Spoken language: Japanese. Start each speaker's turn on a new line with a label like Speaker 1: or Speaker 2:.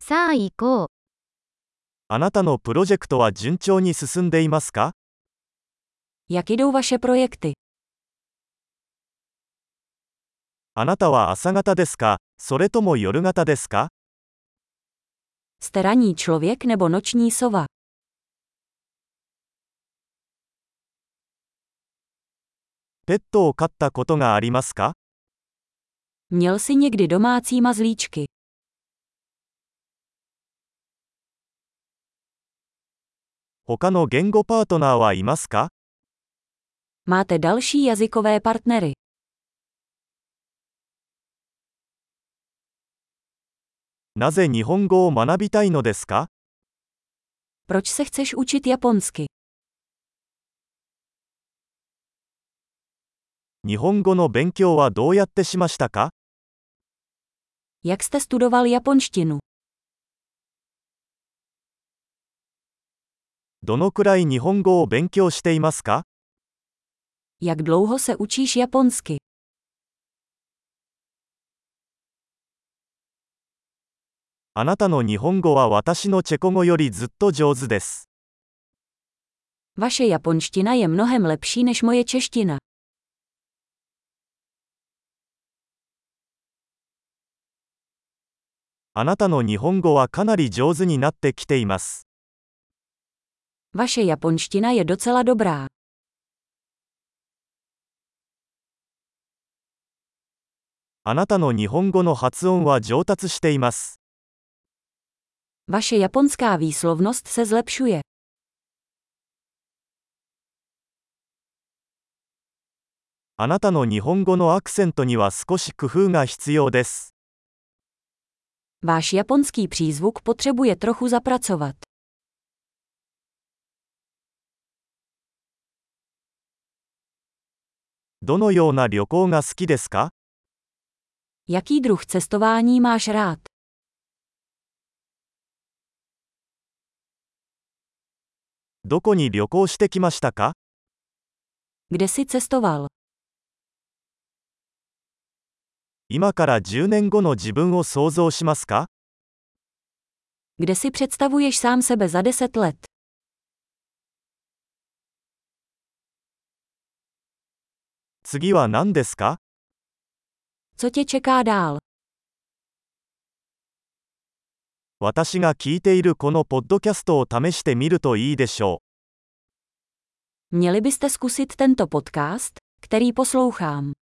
Speaker 1: さあ行こう。
Speaker 2: あなたのプロジェクトは順調に進んでいますか
Speaker 3: Jak jdou vaše projekty?
Speaker 2: あなたは朝方ですかそれとも夜型ですか
Speaker 3: Jste ranní člověk nebo noční sova?
Speaker 2: ペットを飼ったことがありますか
Speaker 3: Měl jsi někdy domácí mazlíčky?
Speaker 2: 他の言語パートナーはいますか
Speaker 3: Máte další jazykové partnery?
Speaker 2: なぜ日本語を学びたいのですか
Speaker 3: Proč se chceš učit japonsky?
Speaker 2: 日本語の勉強はどうやってしましたか
Speaker 3: Jak jste studoval japonštinu?
Speaker 2: どのくらい日本語を勉強していますか
Speaker 3: Jak dlouho se učíš japonsky?
Speaker 2: あなたの日本語は私のチェコ語よりずっと上手です。
Speaker 3: Vaše japonština je mnohem lepší než moje čeština.
Speaker 2: あなたの日本語はかなり上手になってきています。
Speaker 3: Vaše japonština je docela dobrá.
Speaker 2: あなたの日本語の発音は上達しています。
Speaker 3: Vaše japonská výslovnost se zlepšuje.
Speaker 2: あなたの日本語のアクセントには少し工夫が必要です。
Speaker 3: Váš japonský přízvuk potřebuje trochu zapracovat.
Speaker 2: どのような旅行が好きですか
Speaker 3: Jaký druh cestování máš rád?
Speaker 2: どこに旅行してきましたか
Speaker 3: Kde jsi cestoval?
Speaker 2: 今から10年後の自分を想像しますか
Speaker 3: Kde si představuješ sám sebe za 10 let?
Speaker 2: 次は何ですか
Speaker 3: Co tě čeká dál?
Speaker 2: 私が聞いているこのポッドキャストを試してみるといいでしょう。
Speaker 3: Měli byste zkusit tento podcast, který poslouchám.